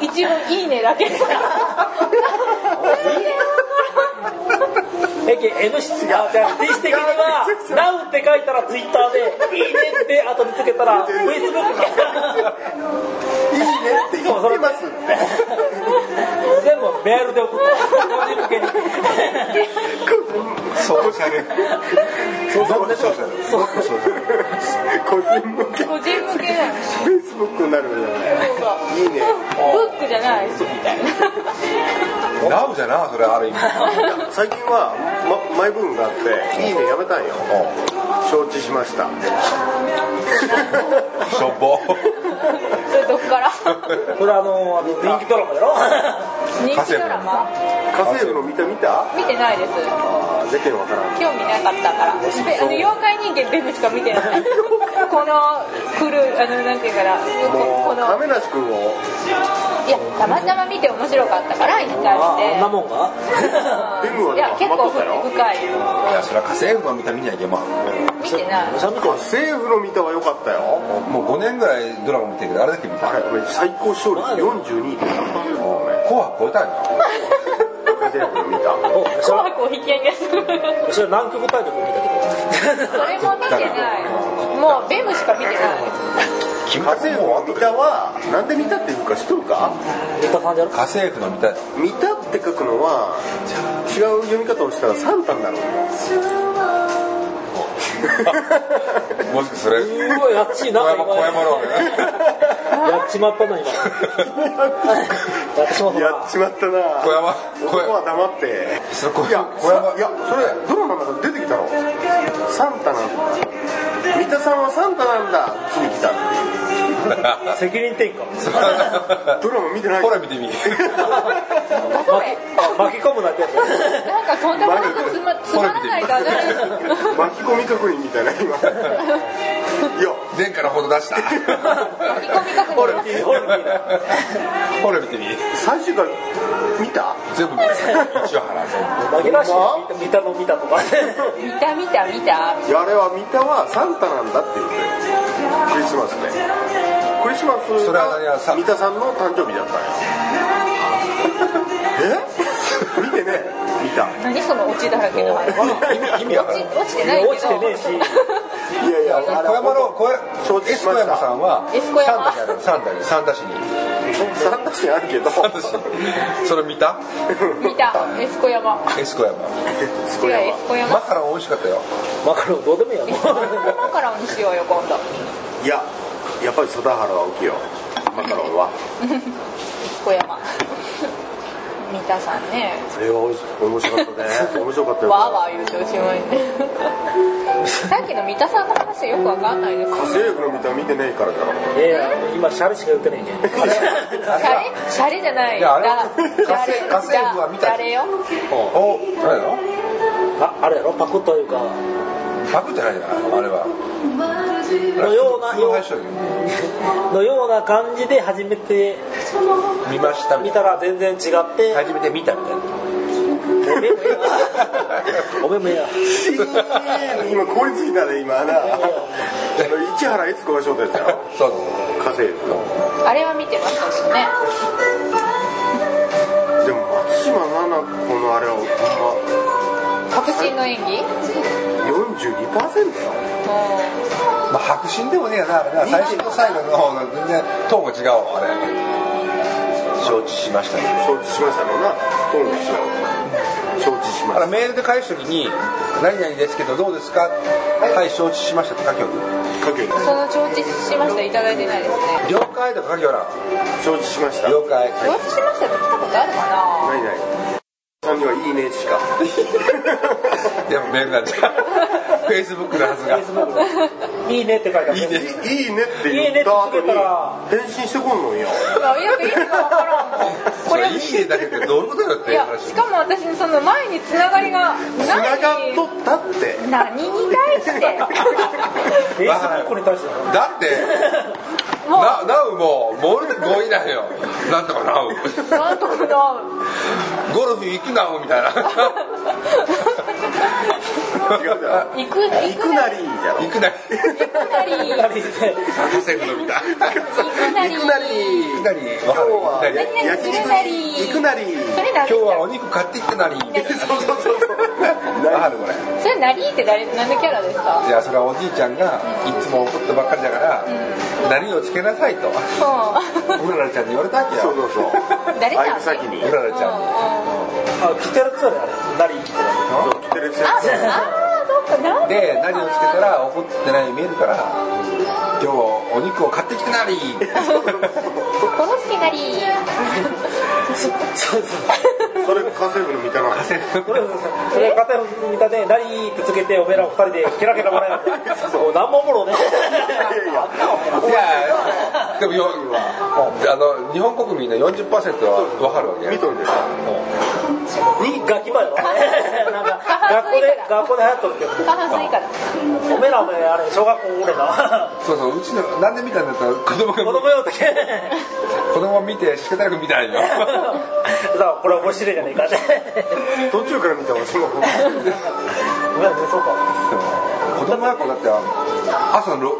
Speaker 2: 一応いいね」だけで
Speaker 5: えけ N 室がじゃあ D 的に は「NOW」って書いたらツイッターで「いいね」って後につけたら Facebook が
Speaker 4: いいねって言ってます
Speaker 5: 全部メールで送った個人向けに
Speaker 1: そうしゃれ
Speaker 4: そうそう
Speaker 1: そうしゃれそうしゃれ
Speaker 4: 個人向け
Speaker 2: 個人向けなの
Speaker 4: フェイスブックになるじゃない
Speaker 2: そうそう
Speaker 4: いいね
Speaker 2: ブックじゃないしみたいな
Speaker 1: なおじゃなそれある意味
Speaker 4: 最近は、ま、マイブームがあって「いいね」やめたんよ承知しました
Speaker 1: しょぼ
Speaker 2: それどっから
Speaker 5: それあのあの人気ドラマやろ
Speaker 2: 人気ドラマ
Speaker 4: 家政婦の見た見た
Speaker 2: 見てないです
Speaker 4: あー世間わからん
Speaker 2: 興味なかったからであの妖怪人間ベムしか見てないこの来るあのなんていうかな
Speaker 4: も
Speaker 2: ここ
Speaker 4: う亀
Speaker 2: の
Speaker 4: 梨君を
Speaker 2: いやたまたま見て面白かったから一回
Speaker 5: あ
Speaker 2: 見
Speaker 5: あん
Speaker 2: て
Speaker 5: なもんが
Speaker 4: ベムはでも
Speaker 2: いや結構
Speaker 4: ハマっとったよ
Speaker 2: 深い
Speaker 1: いやそれは家政婦は見た見ないけどまあ
Speaker 2: 見てない
Speaker 5: むしゃむし
Speaker 4: 家
Speaker 5: ゃ
Speaker 4: 政婦の見たは良かったよ
Speaker 1: もう5年ぐらいドラマ見てるけどあれだけ見た
Speaker 4: あれこれ最高視聴率42.7%
Speaker 1: 紅白超えたんよ
Speaker 4: 家政婦の見た
Speaker 5: おむし
Speaker 2: 紅
Speaker 5: ゃ
Speaker 2: 白を引き上げする
Speaker 5: むしゃ南極大陸見たけど
Speaker 2: それも見てないもうベムしか見てない
Speaker 4: 家政婦の見たはなんで見たっていうか知っとるか
Speaker 5: 三田さんじゃろ
Speaker 1: 家政婦の見たい
Speaker 4: 見たって書くのは違う読み方をしたらサンタになるんだよ
Speaker 1: もしかそれ
Speaker 5: うーわやっちいな
Speaker 1: 小山小山ロ
Speaker 5: やっちまったな今やってしまったな
Speaker 4: やっちまったな
Speaker 1: 小山小
Speaker 4: 男
Speaker 1: 山
Speaker 4: は黙って
Speaker 1: それ小
Speaker 4: いや
Speaker 1: 小
Speaker 4: 小
Speaker 1: 山
Speaker 4: 山いやそれドラマの中で出てきたのサンタなんだ三田さんはサンタなんだつに来たっていう
Speaker 5: 責任転嫁
Speaker 4: ドラマ見てない
Speaker 1: ほら見てみ
Speaker 2: それ
Speaker 5: 巻き込むなってやつ
Speaker 2: なんかとんでもなくつまつまらないだね
Speaker 4: 巻き込み確認みたいな今いや
Speaker 1: 前からほど出した
Speaker 2: 書き込み確認
Speaker 1: ほら見てみほら見てみ
Speaker 4: 最終回見た
Speaker 1: 全部見て一応払う
Speaker 5: 紛らわしい見たの見たとか
Speaker 2: 見た見た見た
Speaker 4: いやあれは三田はサンタなんだって言ってクリスマスでクリスマス
Speaker 1: それは何や
Speaker 4: が
Speaker 1: さ
Speaker 4: 三田さんの誕生日だったんよ え見てね見た
Speaker 2: 何そのオチだらけの話
Speaker 1: 意味わからん
Speaker 2: 落ち落ちてないけど
Speaker 5: 落ちてねえし
Speaker 4: いやいやあれ
Speaker 1: 小山の小
Speaker 4: 承知
Speaker 1: 山
Speaker 4: しました
Speaker 1: S 小山さんは
Speaker 2: S 小山
Speaker 1: サンタにあるサンタにサンタ市に
Speaker 4: サンタ市あるけど
Speaker 1: サンタ市にそれ見た
Speaker 2: 見たエスコ山
Speaker 1: S 小山
Speaker 4: す
Speaker 2: 違
Speaker 4: ご
Speaker 2: う
Speaker 4: い
Speaker 2: エ
Speaker 4: わ
Speaker 2: スコ山
Speaker 1: マカロン美味しかったよ
Speaker 5: マカロンどうでもいいやもう
Speaker 2: エスコ山マカロンにしようよ今度
Speaker 4: いややっぱり貞原は起きよマカロンは
Speaker 2: エスコ山 三田さんね
Speaker 4: あれはおいし面白かったね面白かったよ
Speaker 2: わーわー言うておしまい ねさっきの三田さんの話はよくわかんないです
Speaker 4: 家政婦の見た見てねえからだろ
Speaker 5: いやいや今シャレしか言ってないね
Speaker 2: シャレシャレじゃない
Speaker 1: いやあれ
Speaker 2: だ
Speaker 1: 家政家政婦は見た
Speaker 2: だだれよ
Speaker 1: お誰だ
Speaker 5: ああれやろパクッというかの
Speaker 1: パクってないなあれは
Speaker 5: ような
Speaker 1: よ
Speaker 5: ようのような感じで初めて
Speaker 1: 見ましたみ
Speaker 5: 見
Speaker 1: た
Speaker 5: た
Speaker 1: いな
Speaker 5: ら全然違って
Speaker 1: 初めて見たみたいな
Speaker 5: おめえもええわおめえもええわ
Speaker 4: 今凍りついたね今なあの市原悦子が正体だよ
Speaker 1: そうそう
Speaker 4: 家政婦の
Speaker 2: あれは見てましたけどね
Speaker 4: でも松島菜々子のあれはほ
Speaker 2: 確信の演技
Speaker 4: んま42%よ
Speaker 2: もう
Speaker 1: まあ白真でもねえなあれな最初と最後の方が全然トーンが違うわあれ承知しましたね
Speaker 4: 承知しましたのなトーンが違う承知しま
Speaker 1: あら
Speaker 4: し
Speaker 1: メールで返すときに「何々ですけどどうですか?」はい承知しました」って書きよる
Speaker 4: たかける
Speaker 2: その承知しましたいただいてないですね
Speaker 1: 「了解」とか書きよらん
Speaker 4: 承知しました
Speaker 1: 了解
Speaker 2: 承知しましたって来たことあるかな
Speaker 4: ないないさんにはいいねしか
Speaker 1: でもメールなん だフェイスブックのはずが
Speaker 5: Facebook いいねって書いてある
Speaker 1: いいね
Speaker 4: いいねって言った後に返信してこんのんよ
Speaker 2: いやよく意味がわからんもん
Speaker 1: それ いいねだけってどういうことだよっ
Speaker 2: い
Speaker 1: ていう
Speaker 2: や
Speaker 1: 話
Speaker 2: しかも私その前につながりが
Speaker 4: つ
Speaker 2: ない
Speaker 4: ながっとったって
Speaker 2: 何に対して
Speaker 5: Facebook に対しては
Speaker 1: だって
Speaker 2: も
Speaker 1: ななうもモール5位だよなんとかなう
Speaker 2: うなんとかな
Speaker 1: ゴルフ行くなうみたいな
Speaker 4: 違うじゃん
Speaker 2: 行く行
Speaker 4: 行くなりじゃろ
Speaker 1: 行くなり
Speaker 2: くなり行
Speaker 5: 二人で
Speaker 1: 家政婦のみたい
Speaker 2: くなり
Speaker 4: 行くなり
Speaker 1: 行くなり今日
Speaker 4: は
Speaker 1: は
Speaker 2: 何々するなり
Speaker 4: 行くなり
Speaker 2: それ
Speaker 1: 今
Speaker 2: 何
Speaker 1: 日はお肉買ってきてなり
Speaker 4: そうそうそうそう
Speaker 1: あるこれ
Speaker 2: それなりって誰何のキャラですか
Speaker 1: いやそれはおじいちゃんがいつも怒ってばっかりだから「何をつけなさい」と
Speaker 2: そう
Speaker 1: うららちゃんに言われたわけ
Speaker 4: そう
Speaker 1: よ
Speaker 4: そうそう
Speaker 2: 誰
Speaker 4: あい
Speaker 2: か
Speaker 4: ぶ先に
Speaker 1: うららちゃんに
Speaker 5: あ来てるっつうねあれ何
Speaker 4: そう来てる先
Speaker 2: ああーそっかなん
Speaker 1: で何をつけたら怒ってないように見えるから「今日はお肉を買ってきてなり」
Speaker 2: この好きなり
Speaker 5: そうそう
Speaker 4: それ家政婦の見たな
Speaker 5: それそれ片方見たね何ってつけておめえら二人でケラケラ笑いながらもう何もおもろね
Speaker 4: いやいや
Speaker 1: いやでもよあの日本国民の40%は分かるわけ
Speaker 4: 見とるんですよ
Speaker 5: にガキマよなんか学校で学校で流行っとるけ
Speaker 2: 過半数以下だ
Speaker 5: どおめえらおめえあれ小学校おれな
Speaker 1: そうそううちのなんで見たんだったら子供が
Speaker 5: 子供よって さ
Speaker 1: 子供見て仕方なく見たいよ
Speaker 5: あこれ面白いじゃねえかって
Speaker 4: 途中から見たらすごく
Speaker 5: ごめんねそうか
Speaker 1: 子供学校だって朝のろ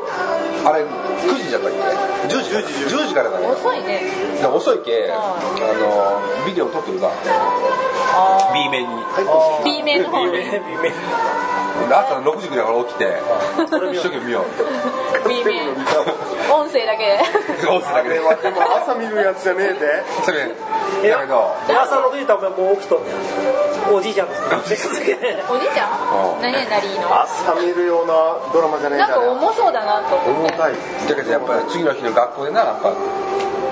Speaker 1: あれ9時じゃったっけ10時10時10時からだね
Speaker 2: 遅いね
Speaker 1: だから遅いけあのビデオ撮ってるな
Speaker 2: あ
Speaker 1: B 面に
Speaker 2: B 面の方に
Speaker 5: 微妙
Speaker 1: 朝の6時ぐらいから起きて一生懸命見よう
Speaker 2: B 面音声だけで
Speaker 1: 音声だ
Speaker 4: あ
Speaker 1: けで
Speaker 4: れはでも朝見るやつじゃねえで
Speaker 1: それ
Speaker 5: いや
Speaker 1: だけど
Speaker 5: 朝の時ためもう起きとんねんおじいちゃんです
Speaker 2: おじいちゃ
Speaker 1: うん
Speaker 2: ん何々なりの
Speaker 4: 朝見るようなドラマじゃねえ
Speaker 2: なん
Speaker 4: だ
Speaker 2: か
Speaker 4: ね
Speaker 2: 重そうだなと思っ
Speaker 4: 重
Speaker 2: て
Speaker 4: たい
Speaker 1: だけどやっぱり次の日の学校でなやっぱ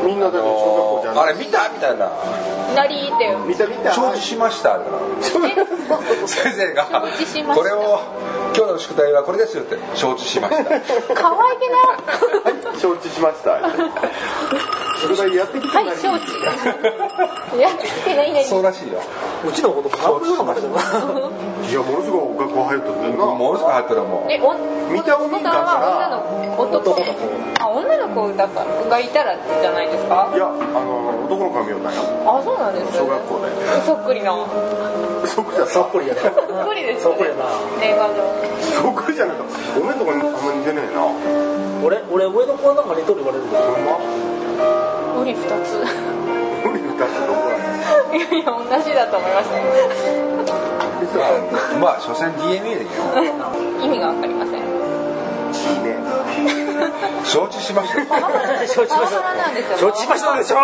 Speaker 4: みんなだって小学校じゃ
Speaker 1: あ
Speaker 4: ない
Speaker 1: れ見たみたいな
Speaker 2: なりってよ
Speaker 4: 見た見た
Speaker 1: 承知しま しただから先生が
Speaker 2: 承知しまし
Speaker 1: こ
Speaker 2: た
Speaker 1: れを今日の宿題はこれですよって承知しました
Speaker 2: 可愛げな
Speaker 4: 承知しました宿題やってきて
Speaker 2: はい
Speaker 4: な、
Speaker 2: 承知。いや、来てないね。
Speaker 1: そうらしいよ
Speaker 5: うちの子供何も言わなかったよ
Speaker 4: いいやものすごい学校入っとってんな
Speaker 1: ものすごい入ってるもん
Speaker 2: え、お、
Speaker 4: 見た目
Speaker 2: 男は女の子、男の子。あ、女の子だから、がいたらじゃないですか
Speaker 4: い。やあの男の子は見ようなんよ
Speaker 2: あ、そうなんです。
Speaker 4: 小学校で
Speaker 2: そっくりな。
Speaker 4: そこじゃそ
Speaker 5: そっくりやな
Speaker 2: そっくりです
Speaker 5: そっ
Speaker 2: よ
Speaker 5: く
Speaker 2: ね
Speaker 5: りや。な
Speaker 2: 映画の。
Speaker 4: そこじゃないとおめんとこにあんま似てねえなほ
Speaker 5: 俺俺上の子はなんか似とる言われるけど
Speaker 4: んま
Speaker 2: うり二つ。
Speaker 4: 無理歌ってどこだ
Speaker 2: いやいや、同じだと思いましたよ。
Speaker 1: まあまあ所詮 DNA だけど
Speaker 2: 意味がわかりません。
Speaker 4: いいね
Speaker 1: 承知しましたよ
Speaker 5: 承知しまし
Speaker 2: パワハラなんですよ
Speaker 5: た承知しましたでしょ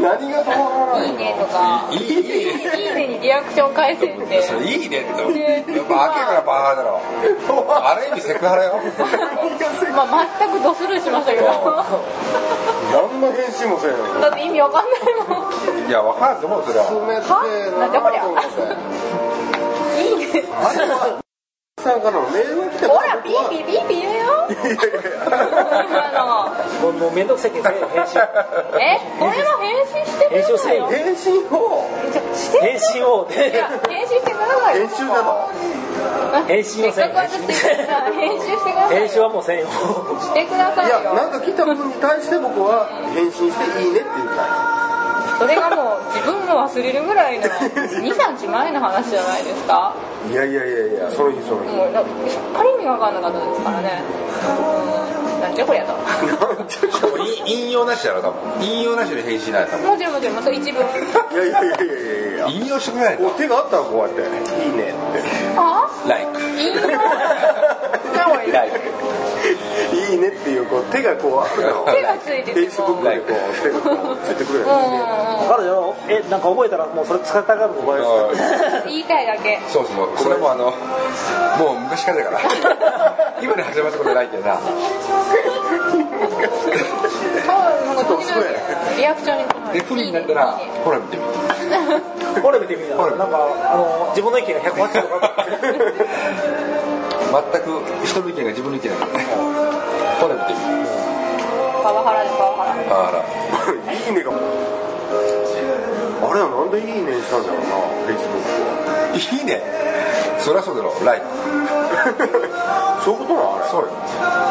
Speaker 4: 何が変わらない
Speaker 2: いいねとか。
Speaker 1: いいね
Speaker 2: いいねにリアクション返せって。
Speaker 1: それいいねって
Speaker 2: ね
Speaker 1: やっぱ明らかなパワハラだろある意味セクハラよ
Speaker 2: まあ、全くドスルーしましたけど。
Speaker 4: 何の返信もせえよ
Speaker 2: だって意味わかんないもん。
Speaker 1: いや分からんと思うそれ
Speaker 4: 冷てえな
Speaker 1: は
Speaker 2: なんだこりゃいいね。
Speaker 4: さんからのメールが来て
Speaker 2: ほら、ピーピーピーピー言えよ。今
Speaker 5: もうもうめんどくさいけど返信
Speaker 2: の。え、これは返信してくだ
Speaker 5: 編集せ
Speaker 2: さい
Speaker 5: えよ
Speaker 2: よ。
Speaker 4: 返信を
Speaker 2: じゃあして
Speaker 5: 返信を
Speaker 2: いや、編集してくださいよ。
Speaker 4: 編集なの
Speaker 5: 編集
Speaker 2: せ
Speaker 5: の
Speaker 2: っ
Speaker 5: せい
Speaker 2: かく私編集してください
Speaker 5: 編
Speaker 2: よ。
Speaker 5: 集はもうせんよ
Speaker 2: してくださ
Speaker 4: い
Speaker 2: い
Speaker 4: やな
Speaker 2: よ。
Speaker 4: んか来た分に対して僕は返信していいねって言うた
Speaker 2: それがもう自分も忘れるぐらいの2、3日前の話じゃないですか。
Speaker 4: いやいやいやいやその日その日
Speaker 2: もうだからしっかり意味わかんなかったですからね。なんじゃこりゃと。
Speaker 1: でもい引用なしやろ多分引用なしで返信ない多分
Speaker 2: もちろんもちろん、それ一文。
Speaker 4: いやいやいやいやいやいや
Speaker 1: 引用してくれない
Speaker 4: お
Speaker 1: と
Speaker 4: 手があったらこうやって「いいね」っ
Speaker 2: あ、
Speaker 1: ライク
Speaker 2: いいよ。かわいい。
Speaker 1: ライク
Speaker 4: て「いいね」っていうこう手がこうあるの
Speaker 2: 手がついて
Speaker 4: フェイ
Speaker 2: て
Speaker 4: スブッ
Speaker 2: も。
Speaker 4: クでこう手がこうついてくれる
Speaker 2: うんうんうん
Speaker 5: 彼女えなんか覚えたらもうそれ使ったがるのお前
Speaker 2: 言いたいだけ。
Speaker 1: そうそうそれもあのもう昔からだから 今で始まったことないけどな
Speaker 2: そう、なんか時々リアクションに困
Speaker 1: で
Speaker 2: る。
Speaker 1: 不利になったら
Speaker 2: いいね
Speaker 1: ほら見てみて
Speaker 5: これ見てみた
Speaker 1: こ
Speaker 5: ら
Speaker 1: れ
Speaker 5: なんかあの自分の意見 が180度かかってる
Speaker 1: 全く人の意見が自分の意見だからねほら見てみて
Speaker 2: パワハラでパワハラ。
Speaker 1: あら
Speaker 4: いいねがあれはなんで「いいね」したんだろうなフェイスブッ
Speaker 1: いいねそりゃそうだろライク
Speaker 4: クそういうことなのあれ
Speaker 1: そうよ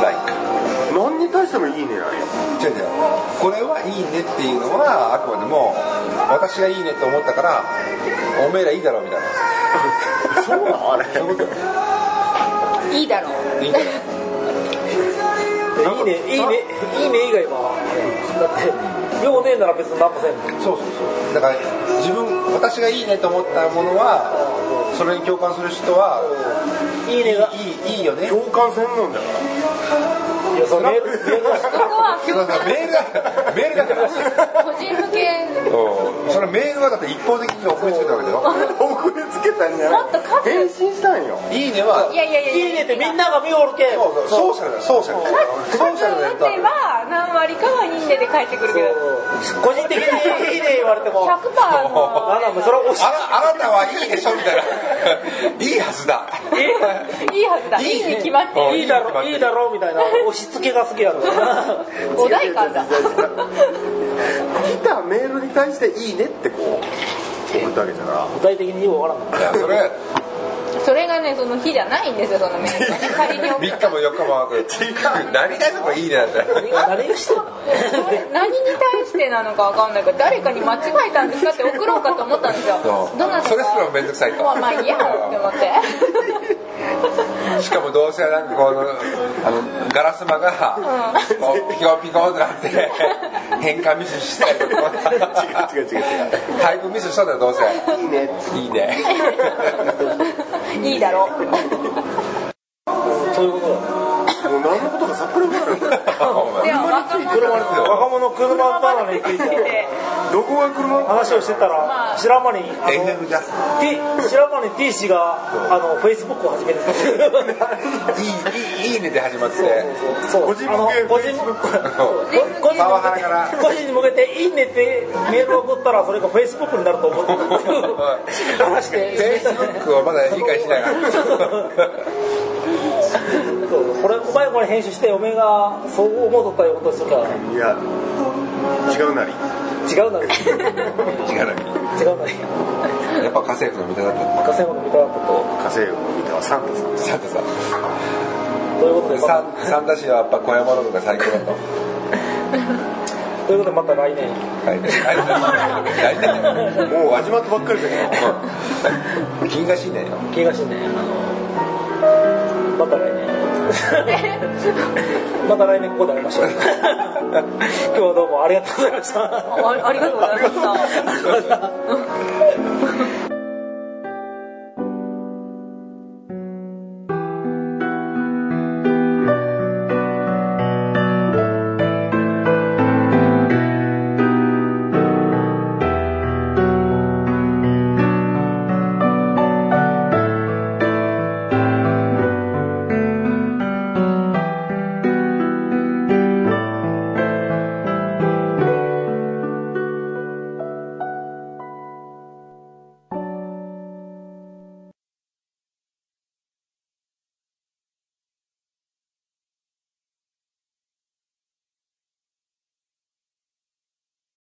Speaker 1: ライク
Speaker 4: 何に対しても「いいね」なんよ
Speaker 1: 違う違うこれはいいねっていうのはあくまでも私がいいねと思ったからおめえらいいだろみたいな
Speaker 4: そうなのあれ
Speaker 1: そういうこ
Speaker 2: いいだろう。
Speaker 1: といいんだよ
Speaker 5: いいねいいねいいね以外はだってようねえなら別に何もせんもん
Speaker 1: そうそうそうだから自分私がいいねと思ったものはそれに共感する人はい
Speaker 5: いねが
Speaker 1: いいいいよね
Speaker 4: 共感せんのんだ から
Speaker 5: いやそのメールメールが
Speaker 2: そこは
Speaker 1: それはさメールがメールが
Speaker 2: 個人向け。
Speaker 1: うんそれメールはだって一方的に送りつけたわけだよ
Speaker 4: 送りつけたんじゃ
Speaker 2: もっと
Speaker 4: ない
Speaker 2: 数。
Speaker 4: 返信したんよ
Speaker 1: いいねはい
Speaker 2: やいやいや
Speaker 5: いいねってみんなが見おるけん
Speaker 1: そうそうソーシャルだよソーシャルソーシャルだ
Speaker 2: 数打て
Speaker 1: よ
Speaker 2: ば何割かはいいねで返ってくるけど。
Speaker 5: 個人的にいいね言われても
Speaker 2: 100%の。
Speaker 5: なんだもうそれは惜しい
Speaker 1: あらあなたはいいでしょみたいないいはずだ
Speaker 2: いいはずだ。いいに決まってる。
Speaker 1: うん
Speaker 5: いいだろいいだろうみたいな押ししつけが好きやろうな
Speaker 2: お代官だ
Speaker 4: 来たメールに対して「いいね」ってこう送ったわけじゃな
Speaker 5: 具体的にようわからんもん
Speaker 1: いやそれ
Speaker 2: それがねその日じゃないんですよそのメールがね仮に送っ
Speaker 1: 3日も4日も何だよそこいいねなんて
Speaker 5: 何が何がしてんの
Speaker 2: これ何に対してなのかわかんないから誰かに間違えたんですかって送ろうかと思ったんですよ
Speaker 1: そう
Speaker 2: どなたか
Speaker 1: それすらも面倒くさいと
Speaker 2: まあまあいいやって思って
Speaker 1: しかもどうせなんかこのあのガラス間がこうピコピコとなって変換ミスしたりとか
Speaker 4: 違う違う違う違う
Speaker 1: タイプミスしたんだよどうせ
Speaker 4: いいね
Speaker 1: いいね
Speaker 2: いいだ ろう
Speaker 5: そういうことだ
Speaker 4: もう何のことかさっぱり分からない
Speaker 2: では若者
Speaker 1: 車ですよ
Speaker 5: 若者車離れについて
Speaker 2: で
Speaker 4: どこが車
Speaker 5: 話をしてた
Speaker 2: ま
Speaker 5: ら
Speaker 2: あ
Speaker 5: 知らん間にあの
Speaker 1: FM だ
Speaker 5: T 知らん間に T 氏があのフェイスブックを始める
Speaker 1: いいいいいいねで始まって
Speaker 5: そう
Speaker 4: 個人向け
Speaker 5: あの個人
Speaker 4: Facebook
Speaker 5: 個人
Speaker 1: パワ
Speaker 5: に
Speaker 1: ハ
Speaker 5: 向
Speaker 1: ラ
Speaker 5: け
Speaker 1: か
Speaker 5: て
Speaker 1: ら
Speaker 5: 個人に向けて「いいね」ってメールを送ったらそれがフェイスブックになると思ってた話し
Speaker 1: フ
Speaker 5: て
Speaker 1: ェイスブックをまだ理解しないから
Speaker 5: そうこれお前これ編集して嫁がそう思うとったようなことするから
Speaker 4: いや違うなり
Speaker 5: 違うな
Speaker 1: 違うな
Speaker 5: 違うな
Speaker 1: やっぱ家政婦の味方だった
Speaker 5: 赤線を見たかったと
Speaker 4: 火星を見たはサンタさん
Speaker 1: サンタさん
Speaker 5: ということでま た
Speaker 1: サンサンタ氏はやっぱ小山の方が最高だと
Speaker 5: ということでまた来年
Speaker 1: 大体大体
Speaker 4: もう始まったばっかりじ ゃない
Speaker 1: 銀河新年よ
Speaker 5: 気がしねあのまた来年また来年ここで会いましょう 今日はどうもありがとうございました
Speaker 2: あありがとうございました
Speaker 5: ありがとうございました